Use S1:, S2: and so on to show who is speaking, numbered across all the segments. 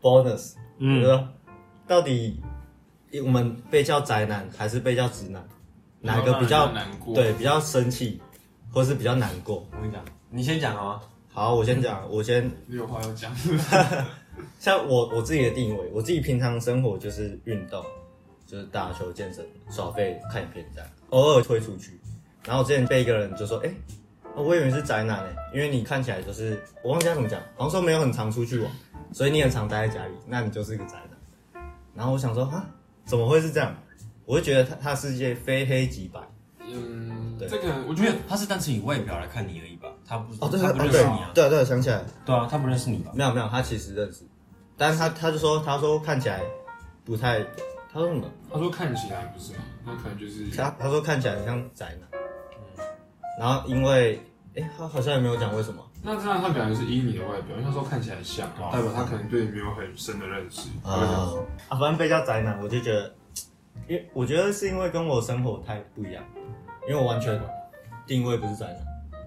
S1: bonus，
S2: 嗯
S1: 嗯，到底我们被叫宅男还是被叫直男，哪个比较
S3: 然后让人难过？
S1: 对比较生气，或是比较难过？我跟你讲，
S4: 你先讲好吗？
S1: 好，我先讲，我先
S3: 你有话要讲。
S1: 像我我自己的定位，我自己平常生活就是运动，就是打球、健身、耍废、看影片这样，偶尔会出去。然后我之前被一个人就说：“哎、哦我以为你是宅男诶、因为你看起来就是我忘记他怎么讲，好像说没有很常出去玩，所以你很常待在家里，那你就是个宅男。”然后我想说啊，怎么会是这样？我就觉得他他世界非黑即白
S3: 嗯，
S1: 对
S3: 这个我
S4: 我
S3: 觉
S4: 没有
S3: 得，
S4: 他是单纯以外表来看你而已吧？他不，
S1: 哦，对
S4: 他
S1: 对
S4: 不
S1: 哦
S4: 认识你啊？
S1: 对对对，想起来了，
S4: 对啊，他不认识你吧？
S1: 没有没有，他其实认识，但是他他就说他说看起来不太，他说什么？
S3: 他说看起来不是嘛，那可能就是
S1: 他他说看起来很像宅男，嗯然后因为哎、诶他好像也没有讲为什么
S3: 那这样他可能是以你的外表，因为他说看起来像
S4: 哦，
S3: 代表他可能对你没有很深的认识。
S1: 啊、啊，反正被叫宅男，我就觉得，因为我觉得是因为跟我生活太不一样，因为我完全定位不是宅男，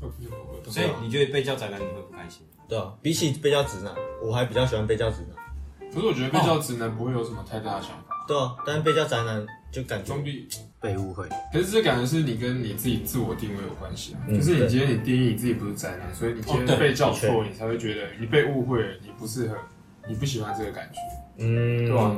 S3: 会不会懂
S4: 所以你觉得被叫宅男你会不开心？
S1: 对啊，比起被叫直男，我还比较喜欢被叫直男，
S3: 可是我觉得被
S4: 哦
S3: 叫直男不会有什么太大的想法，
S1: 对啊，但是被叫宅男就感觉
S3: 装逼。
S1: 被误会，
S3: 可是这感觉是你跟你自己自我定位有关系啊。
S1: 嗯
S3: 就是你今天你定义你自己不是宅男，所以你今
S4: 哦
S3: 天
S4: 对
S3: 被叫
S1: 的
S3: 错，你才会觉得你被误会了，你不适合，你不喜欢这个感觉。
S1: 嗯，
S3: 对啊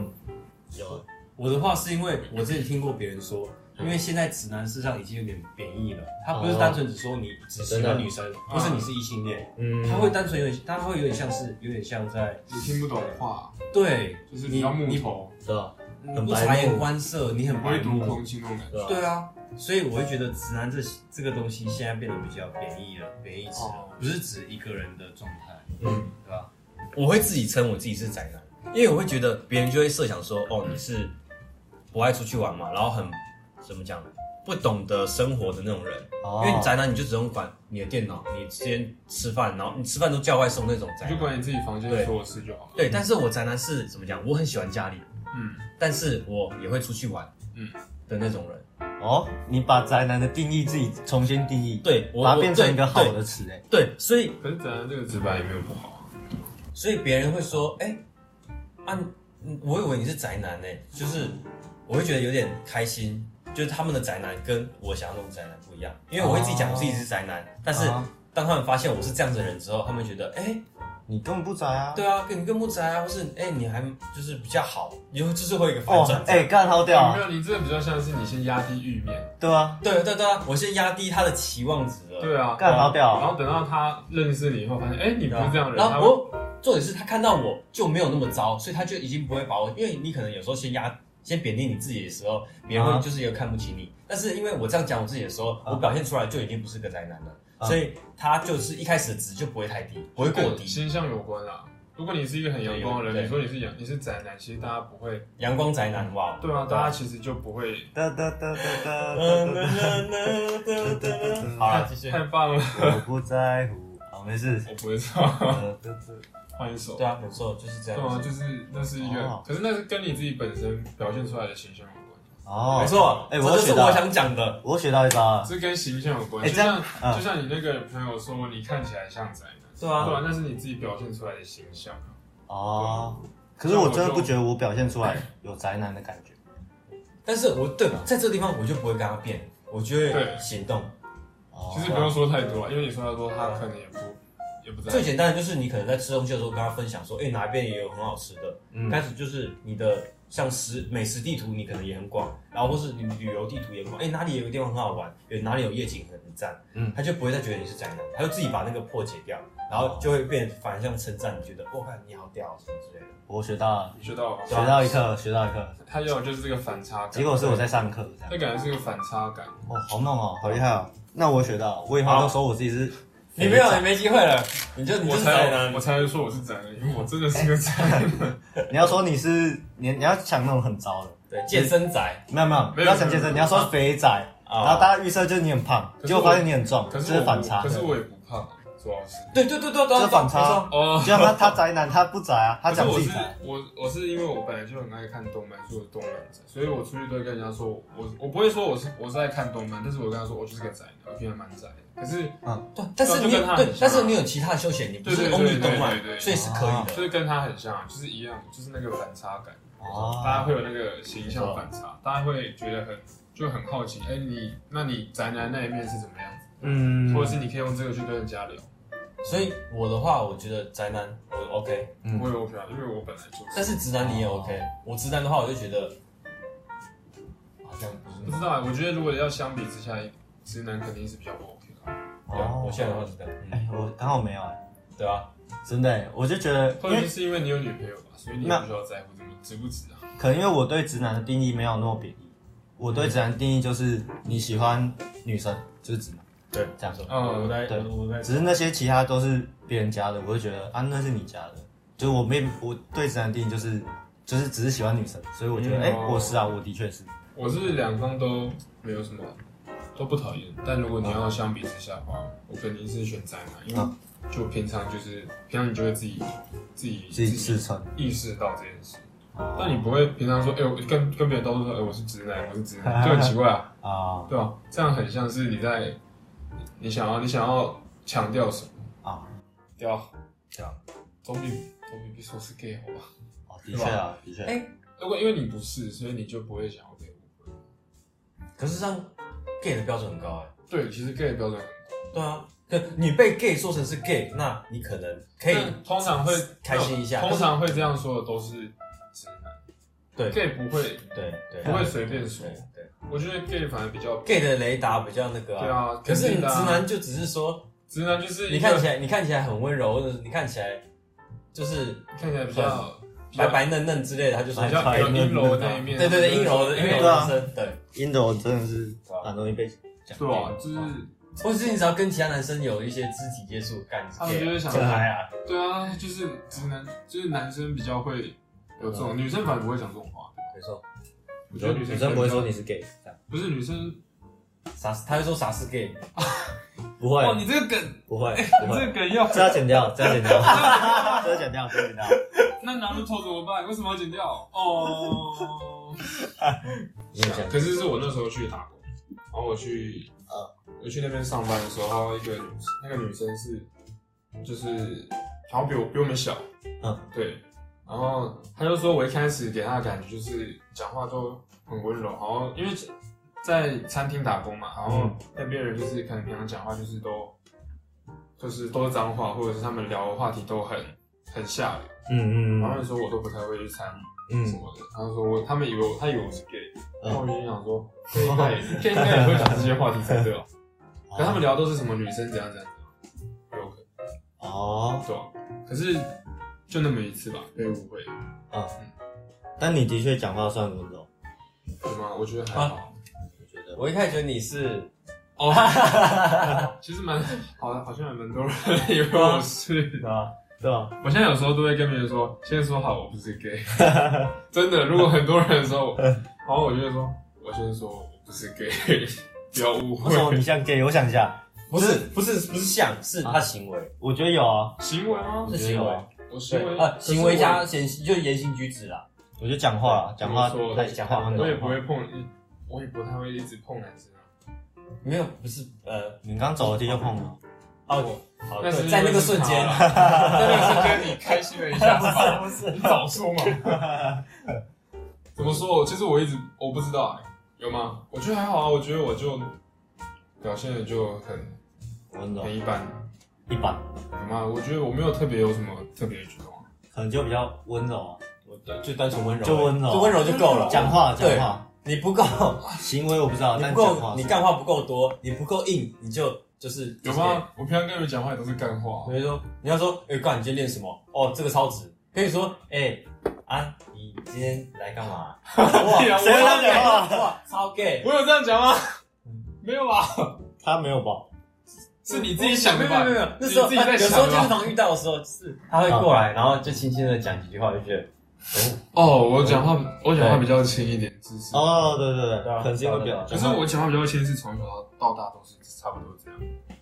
S1: 有
S4: 我的话是因为我之前听过别人说，因为现在直男事实上已经有点贬义了，他不是单纯只说你只喜欢女生，或是你是异性恋，
S1: 嗯，
S4: 他会单纯有点，他会有点像是有点像在
S3: 你听不懂的话，
S4: 对，
S3: 就是比
S4: 你
S3: 较木
S4: 你
S3: 头，
S1: 对啊，
S4: 你不察言观色，你很
S3: 不
S4: 白
S3: 会读
S4: 目，
S3: 空气那种感觉。
S1: 对啊，
S4: 对啊，所以我会觉得直男这这个东西现在变得比较贬义了，贬义词了
S3: 哦
S4: 不是指一个人的状态，
S1: 嗯，
S4: 对吧？
S2: 我会自己称我自己是宅男，因为我会觉得别人就会设想说，哦，你是不爱出去玩嘛，然后很怎么讲，不懂得生活的那种人。
S1: 哦
S2: 因为宅男你就只用管你的电脑，你之间吃饭，然后你吃饭都叫外送那种宅
S3: 你就
S2: 男。
S3: 管你自己房间
S2: 对
S3: 所有事就好了。
S2: 对，但是我宅男是怎么讲？我很喜欢家里，
S3: 嗯，
S2: 但是我也会出去玩，嗯
S3: 嗯
S2: 的那种人。
S1: 哦，你把宅男的定义自己重新定义，
S2: 对我
S1: 把它
S2: 我
S1: 变成
S2: 对
S1: 一个好
S2: 对
S1: 的词，哎，
S2: 对，所以
S3: 可是宅男这个直白也没有不好啊。
S4: 所以别人会说，哎、啊，嗯我以为你是宅男呢、欸就是我会觉得有点开心，就是他们的宅男跟我想象中的宅男不一样，因为我会自己讲我自己是宅男，但是
S1: 啊
S4: 当他们发现我是这样子的人之后，他们觉得，哎、
S1: 你根本不宅啊，
S4: 对啊，跟你更不宅啊，或是哎、你还就是比较好，以后就是会有一个反
S1: 哦
S4: 转，。
S1: 哎、干好屌、啊，
S3: 没有，你这个比较像是你先压低欲面，
S1: 对啊，
S4: 对对对啊，我先压低他的期望值了。
S3: 对啊，
S1: 干好屌、
S3: 然
S1: 啊，
S3: 后等到他认识你以后，发现哎，你不
S4: 对
S3: 是
S4: 啊
S3: 这样的人，
S4: 然
S3: 他
S4: 后
S3: 会
S4: 我重点是他看到我就没有那么糟，所以他就已经不会把我，因为你可能有时候先压、先贬低你自己的时候，别人
S1: 啊
S4: 会就是有看不起你。但是因为我这样讲我自己的时候，
S3: 啊
S4: 我表现出来就已经不是个宅男了，
S1: 啊
S4: 所以他就是一开始的值就不会太低，不会过
S3: 跟
S4: 低。
S3: 形象有关啦。如果你是一个很阳光的
S4: 对
S3: 人，你说你是阳，你是宅男，其实大家不会，
S4: 阳光宅男， 哇！
S3: 对啊，大家其实就不会。
S1: 哒哒哒哒哒
S4: 嗯
S1: 哒
S4: 好
S1: 哒
S4: 啦
S1: 哒，
S4: 继续
S3: 太棒了，
S1: 我不在乎，好，没事，呃
S3: 我不会唱，
S1: 哒哒哒
S3: 换一首。
S4: 对啊，没错，就是这
S3: 对
S4: 样
S3: 啊，
S4: 子。
S3: 就是那是一个
S1: 哦，
S3: 可是那是跟你自己本身表现出来的形象有关，
S1: 哦，
S4: 没，错，
S1: 哎
S4: 这
S1: 我有
S4: 就是
S1: 学到
S4: 我想讲的。
S1: 我学到一招啊，
S3: 这跟形象有关。
S1: 哎
S3: 就
S1: 这样
S3: 像
S1: 嗯
S3: 就像你那个朋友说，你看起来像宅男，
S4: 对啊
S3: 对啊，那是你自己表现出来的形象啊。
S1: 哦，可是我真的不觉得我表现出来有宅男的感觉，
S4: 但是我对在这个地方我就不会跟他辩，我就会
S3: 对
S4: 行动。
S1: 哦
S3: 其实不用说太多啊，因为你说太多，他可能也不也不在
S4: 最简单的就是你可能在吃东西的时候跟他分享说，哎、哪一边也有很好吃的。
S1: 嗯
S4: 开始就是你的像食美食地图，你可能也很广，然后或是你旅游地图也很广，哎、哪里有个地方很好玩，有哪里有夜景很很赞，
S1: 嗯
S4: 他就不会再觉得你是宅男，他就自己把那个破解掉，然后就会变反向称赞，你觉得哇，看你好屌啊什么之类的。
S1: 啊我学到了，
S3: 你学到了吧？
S1: 学到一课，学到一课，
S3: 他要的就是这个反差感。
S1: 结果是我在上课这样，
S3: 这感觉是个反差感。
S1: 哦，好猛哦，好厉害哦，那我学到了，我以后都说我自己是，
S4: 你没有，你没机会了，你就你
S3: 我
S4: 就是
S3: 才
S4: 宅
S3: 有
S4: 男
S3: 我。才说我是宅男，因为我真的是个宅男。
S1: 你要说你是你你要想那种很糟的，
S4: 对，健身宅
S1: 没有没有，不要想健身，你要说肥仔。然后
S4: 啊，
S1: 大家预设就是你很胖，
S3: 可是
S1: 结
S3: 我
S1: 果发现你很壮，
S3: 可
S1: 这
S3: 是我
S1: 是反差
S3: 可。是我也不胖啊，做好事。
S4: 对对对对对，
S1: 这反差
S4: 没错
S3: 哦，
S1: 就像他他宅男，他不宅啊，他
S3: 可是
S1: 讲
S3: 我
S1: 自己
S3: 是
S1: 宅。
S3: 我我是因为我本来就很爱看动漫，所以我动漫宅，所以我出去都会跟人家说，我我不会说我是我是在看动漫，但是我跟他说我就是个宅，我平常蛮宅的。可是
S4: 对，但是你
S3: 就跟他
S4: 有
S3: 很
S4: 对
S3: 像，
S4: 但是你有其他的休闲，你不是
S3: 对对
S4: only
S3: 对对
S4: 动漫
S3: 对对，对
S4: 啊所以是可以
S3: 就
S4: 的。
S3: 是跟他很像，啊就是一样，就是那个反差感，
S1: 哦
S3: 大家会有那个形象反差，大家会觉得很就很好奇，哎、你那你宅男那一面是怎么样子？
S1: 嗯
S3: 或者是你可以用这个去跟人家聊，
S4: 所以我的话，我觉得宅男我 OK，
S1: 嗯
S3: 我也 OK 啊，因为我本来就
S4: 但
S3: 是
S4: 是直男你也
S1: 哦
S4: OK。我直男的话，我就觉得好像不
S3: 不
S4: 是。
S3: 知道啊，我觉得如果要相比之下，直男肯定是比较不 OK 的，
S4: 对啊，我现在的话
S1: 哦
S4: 是这样，嗯
S1: 哎，我刚好没有，哎
S4: 对啊，
S1: 真的哎，我就觉得，因
S3: 或
S1: 为
S3: 许是因为你有女朋友吧，所以你也不需要在乎怎么值不值啊。
S1: 可能因为我对直男的定义没有那么贬义，我对直男的定义就是你喜欢女生就是直男，
S2: 对，
S1: 这样说。
S3: 嗯
S2: 我在
S1: 对
S2: 我我在
S1: 只是那些其他都是别人家的，我就觉得啊那是你家的，就是我没我对直男的定义就是就是只是喜欢女生，所以我觉得
S3: 嗯
S1: 哎、
S3: 哦
S1: 我是啊，我的确是，
S3: 我是两方都没有什么，都不讨厌。但如果你要相比之下的话，我肯定是选宅男，因为
S1: 嗯
S3: 就平常就是平常你就会自己自己
S1: 自己自称。
S3: 意识到这件事。
S4: 哦
S3: 但你不会平常说，哎、我跟跟别人到处说，哎、我是直男，我是直 男，就很奇怪啊，
S1: 啊
S3: 对吧、这样很像是你在你想要你想要强调什么，
S1: 啊，
S3: 对吧？
S2: 对啊
S3: 总比总比被说是 gay 好吧？
S1: 哦的确啊，的确。
S4: 哎
S3: 如果因为你不是，所以你就不会想要被误会。
S4: 可是这样 gay 的标准很高哎。
S3: 对，其实 gay 的标准很高，
S4: 对啊，可你被 gay 说成是 gay，那你可能可以
S3: 但通常会
S4: 开心一下
S3: 通常会这样说的都是直男
S4: 对
S3: ，gay 不会
S4: 对对啊
S3: 不会随便说
S4: 对。对
S3: 我觉得 gay 反而比较
S4: gay 的雷达比较那个
S3: 对啊，
S4: 可是你直
S3: 肯定的啊
S4: 男就只是说
S3: 直男就是
S4: 你
S3: 一个
S4: 看起来，你看起来很温柔，或者是你看起来就是
S3: 看起来比较
S4: 白白嫩嫩之类的，他就是
S3: 比
S4: 很
S3: 较比
S1: 白
S3: 较
S1: 嫩
S3: 阴柔的那一面，
S4: 对对对，阴柔的阴柔
S1: 对
S4: 的
S1: 啊
S4: 女生，对，
S1: 阴柔真的是
S3: 啊
S1: 蛮容易被讲。
S3: 对啊，就是
S4: 或者是你只要跟其他男生有一些肢体接触，感
S3: 他们就
S4: 觉
S3: 会想
S4: 真嗨啊，
S3: 对啊，就是直男就是男生比较会有这种，女生反而不会讲这种话。
S4: 没错，
S3: 嗯我觉得女
S1: 女
S3: 生
S1: 生不会说
S3: 可能
S1: 你是 gay，这样
S3: 比较不是女生
S4: 傻死，他会说傻是 gay，
S1: 不会
S3: 哇，哦你这个梗，
S1: 不会
S3: 你
S1: 不
S3: 这个
S1: 会，
S3: 梗要
S1: 这要剪掉，这要剪 掉，这要剪掉，这要剪掉。
S3: 那拿入头怎么办？为什么要剪掉？哦。
S1: 你有想
S3: 啊可是是我那时候去打工，然后我去呃，我去那边上班的时候，一个女那个女生是就是好像比我比我们小，
S1: 嗯，
S3: 对。然后她就说，我一开始给她的感觉就是讲话都很温柔，然后因为在餐厅打工嘛，然后那边人就是可能平常讲话就是都就是都是脏话，或者是他们聊的话题都很很下流。
S1: 嗯嗯
S3: 然后
S1: 嗯
S3: 那时候我都不太会去参与。什
S1: 嗯，
S3: 么的。他说我，他们以为我，他以为我是 gay，
S1: 嗯
S3: 然后我就想说，这应该也 这应该也会讲这些话题才对哦。可他们聊都是什么女生怎样怎样，怎样有可
S1: 哦，
S3: 能对啊可是就那么一次吧，被误会，
S1: 但你的确讲话算温柔，
S3: 对吗？我觉得还
S1: 啊
S3: 好，
S1: 我觉得。
S4: 我一开始觉得你是
S3: 哦其实蛮好的，好像有蛮多人以为我是。
S1: 对啊，对啊，
S3: 我现在有时候都会跟别人说，先说好我不是 gay，真的。如果很多人的时候，然后我就会说，我先说我不是 gay，不要误
S1: 为什么
S3: 会。
S1: 你像 gay？我想一下，
S4: 不是不是不是像，是
S1: 啊
S4: 他行为，
S1: 我觉得有啊，
S3: 行为吗？
S4: 是行为，
S3: 我行为
S4: 对，啊，
S3: 可是
S4: 行为
S3: 我
S4: 加言行就是言行举止啦，
S1: 我觉得讲话啦，讲话
S3: 怎么说
S1: 太
S3: 对
S1: 讲话温柔
S3: 我也
S1: 的
S3: 不
S1: 话。
S3: 会碰，我也不太会一直碰男生啊。
S4: 没有不是呃
S1: 你刚走楼梯就碰了，
S4: 哦，好
S3: 但是
S4: 对在那个瞬间，
S3: 在那个瞬间你开心了一下，
S1: 不是
S3: 你早说嘛。怎么说？其实我一直我不知道、哎，有吗？我觉得还好啊，我觉得我就表现的就很
S1: 温柔
S3: 很，一般，
S1: 一般，
S3: 有吗？我觉得我没有特别有什么特别的举动啊。
S1: 可能就比较温柔啊，
S4: 就单纯温柔，
S1: 就温柔
S4: 就温柔就够了，
S1: 讲话讲
S4: 对
S1: 话，
S4: 你不够。
S1: 行为我不知道，
S4: 你
S1: 但
S4: 不
S1: 讲话
S4: 够，
S1: 是
S4: 你干话不够多，你不够硬，你就就是
S3: 有？吗？我平常跟你们讲话也都是干话啊
S4: 就是比如说，你要说，哎、干，你今天练什么？哦，这个超值。可以说，哎、啊，你今天来干嘛？
S3: 啊。屁啊
S1: 谁会这
S3: 我
S1: 样讲话？
S4: 哇，超 gay！
S3: 我有这样讲吗？
S4: 嗯
S3: 没有吧？
S1: 他没有吧？
S3: 是你自己想的吧？
S4: 没有没有没有，那时候
S3: 你自己在
S4: 有时
S3: 想
S4: 候
S3: 的
S4: 就是
S3: 吧？
S4: 常遇到的时候，是他会过来，然后就轻轻的讲几句话，就觉得
S3: 哦，我讲话我讲话比较轻一点，知识。
S1: 哦，对对
S4: 对
S1: 对，
S4: 啊
S1: 可能是因为表，
S4: 对
S3: 可是我讲话比较轻，是从小到大都是差不多这样。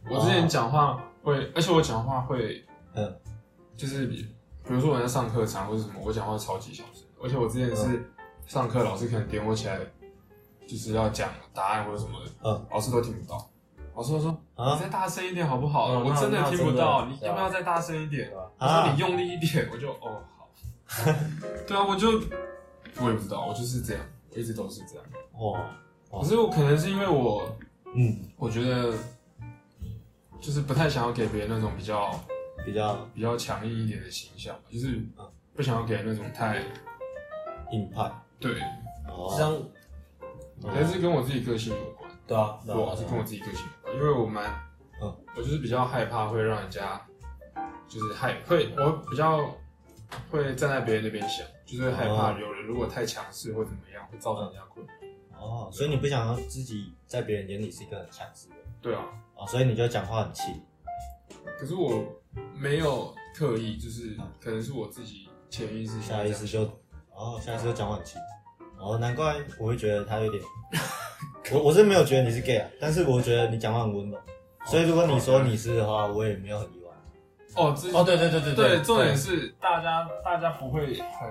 S3: 我之前讲话会，而且我讲话会，
S1: 嗯，
S3: 就是比比如说我在上课常或是什么，我讲话超级小声，而且我之前是上课老师可能点我起来，就是要讲答案或者什么的，
S1: 嗯，
S3: 老师都听不到，老师都说你
S1: 啊
S3: 再大声一点好不好？
S2: 嗯
S3: 我
S2: 那
S3: 真的
S2: 那
S3: 听
S2: 真
S3: 不
S2: 的
S3: 到，
S2: 对啊
S3: 你要不要再大声一点？我说
S1: 啊
S3: 你！用力一点，我就哦好。对啊，我就我也不知道，我就是这样，我一直都是这样。
S1: 哦，哇
S3: 可是我可能是因为我，
S1: 嗯，
S3: 我觉得就是不太想要给别人那种比较
S1: 比较
S3: 比较强硬一点的形象，就是
S1: 嗯
S3: 不想要给那种太
S1: 硬派。
S3: 对，
S1: 哦
S4: 这，样
S1: 嗯
S3: 还是跟我自己个性有关。
S4: 对啊，对
S3: 对啊，
S4: 啊
S3: 是跟我自己个性有关，因为我蛮，
S1: 嗯
S3: 我就是比较害怕会让人家就是害会，我比较会站在别人那边想，就是会害怕
S1: 哦
S3: 有人如果太强势或怎么样，会造成人家困扰。
S1: 哦，所以你不想要自己在别人眼里是一个很强势的人
S3: 对啊，
S1: 哦，所以你就讲话很气。
S3: 可是我没有刻意，就是可能是我自己潜意识
S1: 下意识就，哦，下意识就讲晚期，哦，难怪我会觉得他有点，我我是没有觉得你是 gay 啊，但是我觉得你讲话很温柔，所以如果你说你是的话，我也没有很意外。
S3: 哦，之
S4: 哦，对对对对啊
S3: 对，重点是大家大家不会很，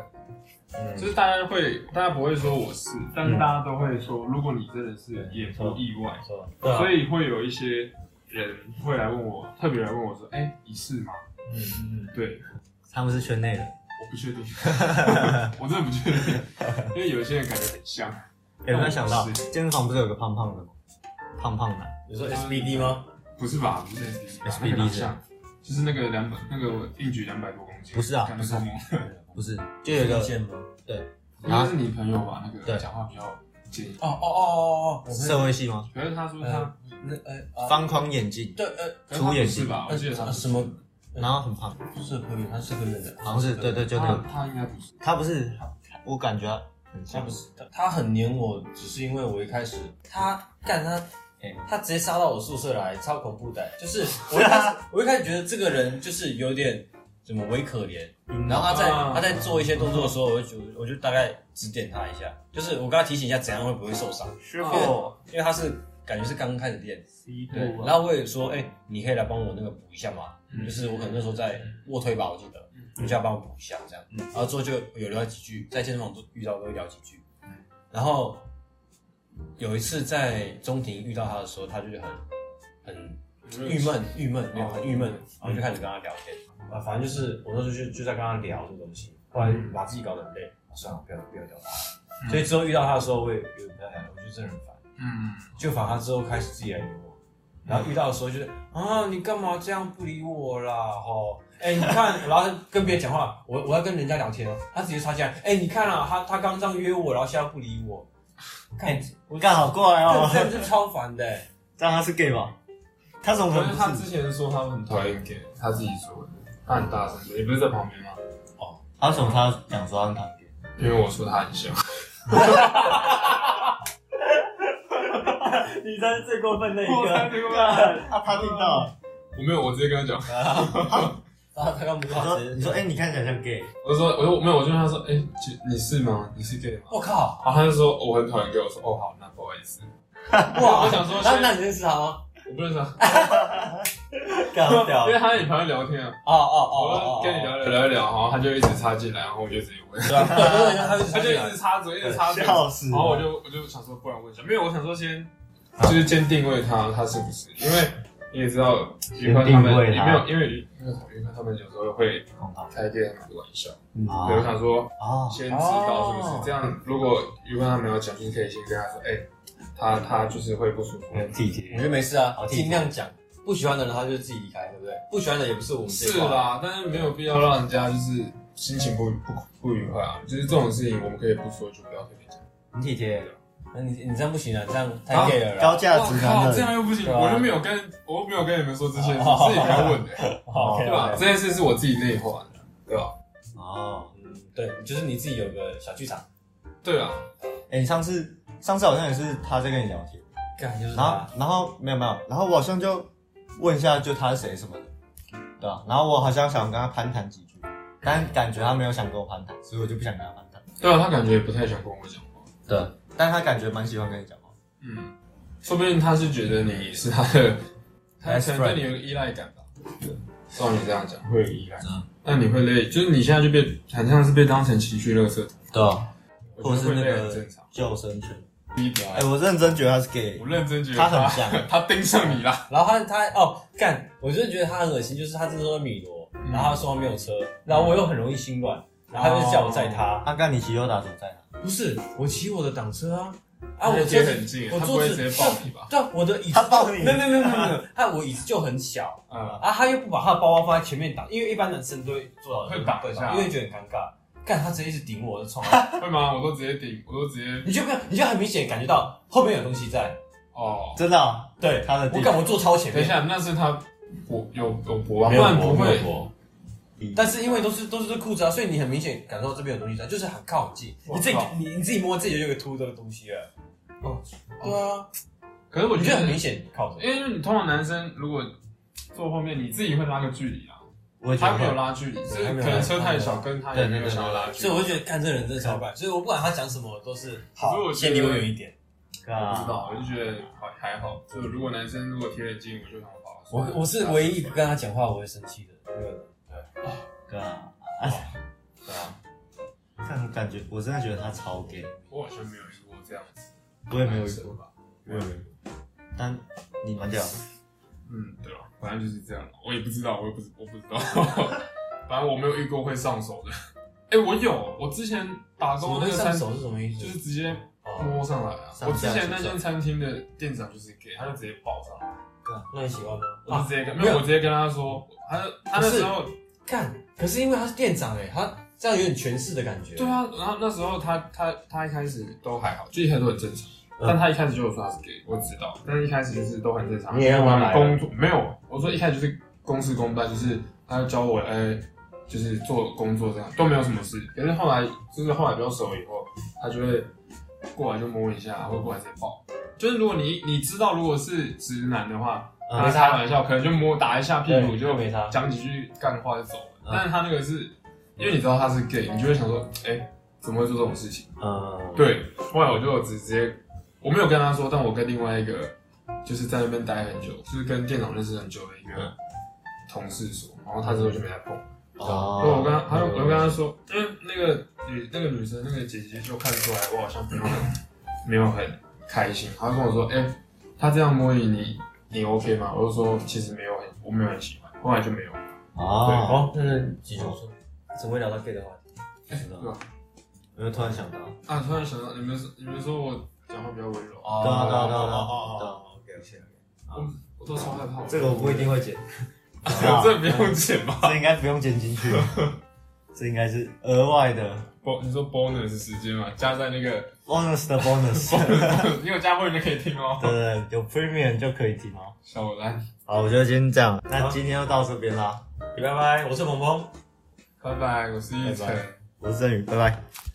S1: 嗯
S3: 就是大家会大家不会说我是，但是大家都会
S1: 嗯
S3: 说，如果你真的是，也不意外。
S1: 说
S4: 对啊
S3: 所以会有一些人会来问我，特别来问我说：“哎、你是吗
S1: 嗯嗯嗯，？”
S3: 对，
S1: 他们是圈内人，
S3: 我不确 定，我真的不确定，因为有些人感觉很像。
S1: 有没有想到
S3: 是
S1: 健身房不是有个胖胖的吗？胖胖的，
S4: 你说 SBD 吗？
S3: 不是吧？不是 SBB，吧
S1: SBB
S3: 那个哪
S1: 是
S3: 像，就是那个两百，那个硬举两百多公斤，
S1: 不是啊
S3: 看得超猛。
S1: 不是，就有一个
S4: 见吗？
S3: 应该是你朋友吧？那
S1: 对
S3: 个讲话比较尖，
S4: 哦哦哦哦哦，
S1: 社会系吗？
S3: 可是啊他说
S1: 嗯
S3: 他，
S4: 那呃
S1: 方框眼镜，
S4: 对呃
S3: 可是他
S1: 粗眼
S3: 不
S1: 睛
S3: 是吧？我记得他
S4: 呃什么
S1: 然后很胖，
S4: 社科院，他社科院的，
S1: 好像是对对，就那
S3: 他
S1: 个，
S3: 他应该不是，
S1: 他不是，我感觉他很
S4: 他
S1: 像
S4: 不，是他，他很黏我，只是因为我一开始他干他
S1: 哎。
S4: 他直接杀到我宿舍来，超恐怖的。就是 我一开始，我一开始觉得这个人就是有点怎么微可怜，然后他在
S3: 啊
S4: 他在做一些动作的时候，我就觉得我就大概指点他一下，就是我跟他提醒一下怎样会不会受伤，
S1: 师
S4: 傅，因为他是感觉是刚开始练，
S3: 对
S4: 然后我也说，哎、你可以来帮我那个补一下吗？
S3: 嗯嗯
S4: 就是我可能那时候在卧推吧，我记得，你就要帮我补一下这样。然后之后就有聊几句，在健身房都遇到都会聊几句。
S3: 嗯
S4: 然后有一次在中庭遇到他的时候，他就是很很郁闷，郁闷，没有很郁闷，
S3: 哦
S4: 然后就开始跟他聊天。啊，反正就是我那时候就就在跟他聊这东西，后来把自己搞得很累，算了，不要不要聊他。
S3: 嗯
S4: 所以之后遇到他的时候，我也有点不太想聊，我觉得真的很烦。
S3: 嗯，
S4: 就反而他之后开始自己来理我，然后遇到的时候就是啊，你干嘛这样不理我啦？吼，哎、你看， 然后跟别人讲话，我我要跟人家聊天哦，他直接插进来，哎、你看啊，他他刚这样约我，然后现在不理我，看，
S1: 我干好怪哦
S4: 这，真的是超烦的、
S1: 但他是 gay 吧？他怎么可
S3: 可是
S1: 能
S3: 他
S1: 不
S3: 之
S1: 是？
S3: 前说他很讨厌 gay，他自己说的，他很大声说，你不是在旁边吗？
S1: 他为什么他讲说他很讨厌？
S3: 因为我说他很像。
S1: 你才是最过分的 一
S3: 我才。这个
S1: 啊，他听到了，
S3: 我没有，我直接跟他讲，
S4: 然后啊他刚不
S1: 我
S4: 老
S1: 说
S4: 师，
S1: 你说哎，你看起来像 gay，
S3: 我就说，我说没有，我就问他说，哎、其你是吗？你是 gay 吗？
S4: 我靠，
S3: 然后他就说我很讨厌 gay，我说哦好，那不好意思，
S4: 哇，
S3: 我想说
S4: 那那你认识他吗？
S3: 我不认识他，
S1: 干好屌
S3: 因为他在你旁边聊天啊，
S4: 哦哦哦
S3: 我
S4: 哦，
S3: 就跟你聊聊聊一聊，然后他就一直插进来，然后我就直接问，
S4: 对啊， 对啊，他就
S3: 他就一
S4: 是
S3: 直插嘴，一直插嘴，
S1: 笑死
S3: 然后我就我就想说，不然问一下，没有，我想说先就是先定位他，他是不是？因为你也知道，
S1: 先
S3: 鱼宽他们
S1: 定位
S3: 也
S1: 他
S3: 没有，因为鱼鱼宽他们有时候会
S1: 恐怕
S3: 开 gay 他们的玩笑，
S1: 啊哦
S3: 对，我想说。
S1: 啊，
S3: 先知道是不是？这样，如果如果他没有讲，就是可以先跟他说，哎、他他就是会不舒服。
S1: 很体
S4: 我觉
S1: 贴，
S4: 得没事啊
S1: 好，
S4: 尽量讲，不喜欢的人他就自己离开，对不对？不喜欢的也不是我们这一
S3: 是
S4: 块
S3: 啦，但是没有必要让人家就是心情不不不愉快啊。就是这种事情，我们可以不说，就不要特别讲。
S1: 很体贴，
S4: 那你你这样不行啊，这样
S1: 啊
S4: 太 gay 了啦。
S1: 高价值
S3: 哇
S1: 男
S3: 这
S1: 人
S3: 样又不行，
S4: 对啊
S3: 我又没有跟，我又没有跟你们说这 些事，自己不要问的、
S1: 好
S3: 哦对啊吧？这件事是我自己内化的，对吧？
S1: 哦。
S4: 嗯，对，就是你自己有个小剧场，
S3: 对啊，
S1: 哎，你上次上次好像也是他在跟你聊天，
S4: 干就是
S1: 然后然后没有没有，然后我好像就问一下就他是谁什么的，对吧？然后我好像想跟他攀谈几句，但感觉他没有想跟我攀谈，所以我就不想跟他攀谈。
S3: 对啊，他感觉也不太想跟我讲话。
S1: 对，但他感觉蛮喜欢跟你讲话。
S3: 嗯，说不定他是觉得你是他的，他
S4: Best
S3: 可能对你有个依赖感吧。照你这样讲，会有依赖
S4: 嗯。
S3: 但你会累，就是你现在就被很像是被当成情绪垃圾，
S4: 对啊，
S3: 我
S4: 或
S3: 觉得
S4: 者是
S3: 会
S4: 那
S3: 累
S4: 个
S3: 很正常。
S1: 救生圈。
S3: 逼的啊
S1: 哎、我认真觉得他是 gay，
S3: 我认真觉得
S1: 他很像
S3: 他盯上你啦。
S4: 然后他他哦干，我真的觉得他很恶心，就是他真的说米罗，然后他说他没有车，然后我又很容易心软，然后他就叫我载他，
S1: 阿甘，你骑右打手在哪？
S4: 哦不是我骑我的挡车啊啊，
S3: 他
S4: 我
S3: 贴
S4: 坐
S3: 很近，
S4: 我
S3: 他不
S4: 坐
S3: 会
S4: 姿
S3: 直接抱你吧？
S4: 对啊，我的椅子
S1: 他抱你
S4: 没有没有没有没有没 有，他我椅子就很小
S3: 嗯，
S4: 啊，他又不把他的包包放在前面挡，因为一般男生都会坐到
S3: 会挡一下
S4: 因为觉得很尴尬。干他直接一直顶我，我就冲他，啊
S3: 会吗？我都直接顶，我都直接
S4: 你就没有，你就很明显感觉到后面有东西在。
S3: 哦。
S1: 真的啊、
S4: 对，
S1: 他的地
S4: 我干我坐超前
S3: 等一
S4: 面，
S3: 下，那是他我有有搏吧，不
S4: 没有
S3: 然
S4: 我
S3: 不
S4: 没
S3: 会
S4: 有。我但是因为都是都是这裤子啊，所以你很明显感受到这边有东西在，就是很靠很近。
S3: 我
S4: 你自己
S3: 靠
S4: 你你自己摸自己就有一个凸的东西了。
S3: 哦，
S4: 对啊，
S3: 可是我
S4: 我
S3: 觉
S4: 觉
S3: 得
S4: 得很明显靠着。
S3: 因为你通常男生如果坐后面，你自己会拉个距离啊。
S1: 我也觉
S3: 他
S1: 得
S3: 没有
S1: 会
S3: 拉距离，是
S4: 他没有拉
S3: 可能车太小，跟他也没有想要拉距
S4: 所以
S3: 离。
S4: 我就觉得干这人真的超棒，所以我不管他讲什么我都是
S3: 可是我觉得
S4: 先离我远一点。
S3: 我不知
S1: 啊，
S3: 道，我就觉得还还好。就如果男生如果贴得近，我就想把
S4: 我我是唯一一个跟他讲话我会生气的那个人。
S1: 对啊，
S4: 对啊，
S1: 但我感觉我真的觉得他超 gay，
S3: 我好像没有遇过这样子。
S4: 嗯
S1: 我也没有遇过，
S4: 啊
S3: 吧？
S4: 没有没有。
S1: 但你蛮屌的，
S3: 嗯，对了，反正就是这样。我也不知道，我也不知我不知道。 反正我没有遇过会上手的。哎，我有，我之前打
S4: 我
S3: 工那
S4: 对
S3: 个
S4: 上
S3: 餐
S4: 手是什么意思？
S3: 就是直接
S4: 哦，
S3: 摸上来啊！
S1: 上
S3: 我之
S1: 下
S3: 前
S1: 其
S3: 那
S1: 手
S3: 间餐厅的店长就是 gay，他就直接抱上来，
S4: 那你喜欢吗？啊
S3: 我就直接跟没
S4: 没
S3: 有，
S4: 有
S3: 我直接跟他说，他就他那时候
S4: 干，可是因为他是店长哎，他这样有点权势的感觉。
S3: 对，啊，然后那时候他他他一开始都还好，就一开始都很正常。
S4: 嗯
S3: 但他一开始就有说他是 gay，我知道，但是一开始就是都很正常。
S4: 你也让他来了
S3: 工作没有，我说一开始就是公事公办，就是他就教我哎、就是做工作这样都没有什么事。可是后来就是后来比较熟以后，他就会过来就摸一下，会过来直接抱。就是如果你你知道如果是直男的话，
S1: 嗯
S3: 他开玩笑可能就摸打一下屁股
S4: 对
S3: 就
S4: 没差
S3: 讲几句干话就走了。
S1: 嗯
S3: 但是他那个是因为你知道他是 gay，你就会想说，哎、怎么会做这种事情？
S1: 嗯，，
S3: 对，后来我就直接，我没有跟他说，但我跟另外一个就是在那边待很久，就是跟店长认识很久的一个同事说，然后他之后就没来碰。
S1: 哦，
S3: 啊然后我跟他，他就我就跟他说，因为那个女那个女生那个姐姐就看出来我好像没有很没有很开心，她就跟我说，哎、他这样摸你，你你 OK 吗？我就说其实没有很，我没有很喜欢，后来就没有。啊
S1: 哦，
S4: 好，那是继续说，怎么会聊到 gay 的话题？
S1: 不知道
S3: 对啊
S1: 我就突然想到，
S3: 啊，突然想到，你们说你们说我讲话比较温柔，
S4: 哦
S1: 对啊对啊对啊对啊对啊
S4: 哦，OK OK。
S3: 我都超害怕。
S1: 这个我不一定会剪，
S3: 这不用剪吧？
S1: 这应该不用剪进去，这应该是额外的
S3: b 你说 bonus 时间嘛，加在那个，
S1: bonus 的 bonus，
S3: 你有加会员就可以听哦。
S1: 对对，有 premium 就可以听哦。
S3: 小兰，
S1: 好，我觉得今天这样，那今天就到这边啦，
S4: 拜拜，我是鹏鹏。
S3: 拜拜，我是一晨
S1: 拜。拜我是振宇，拜拜。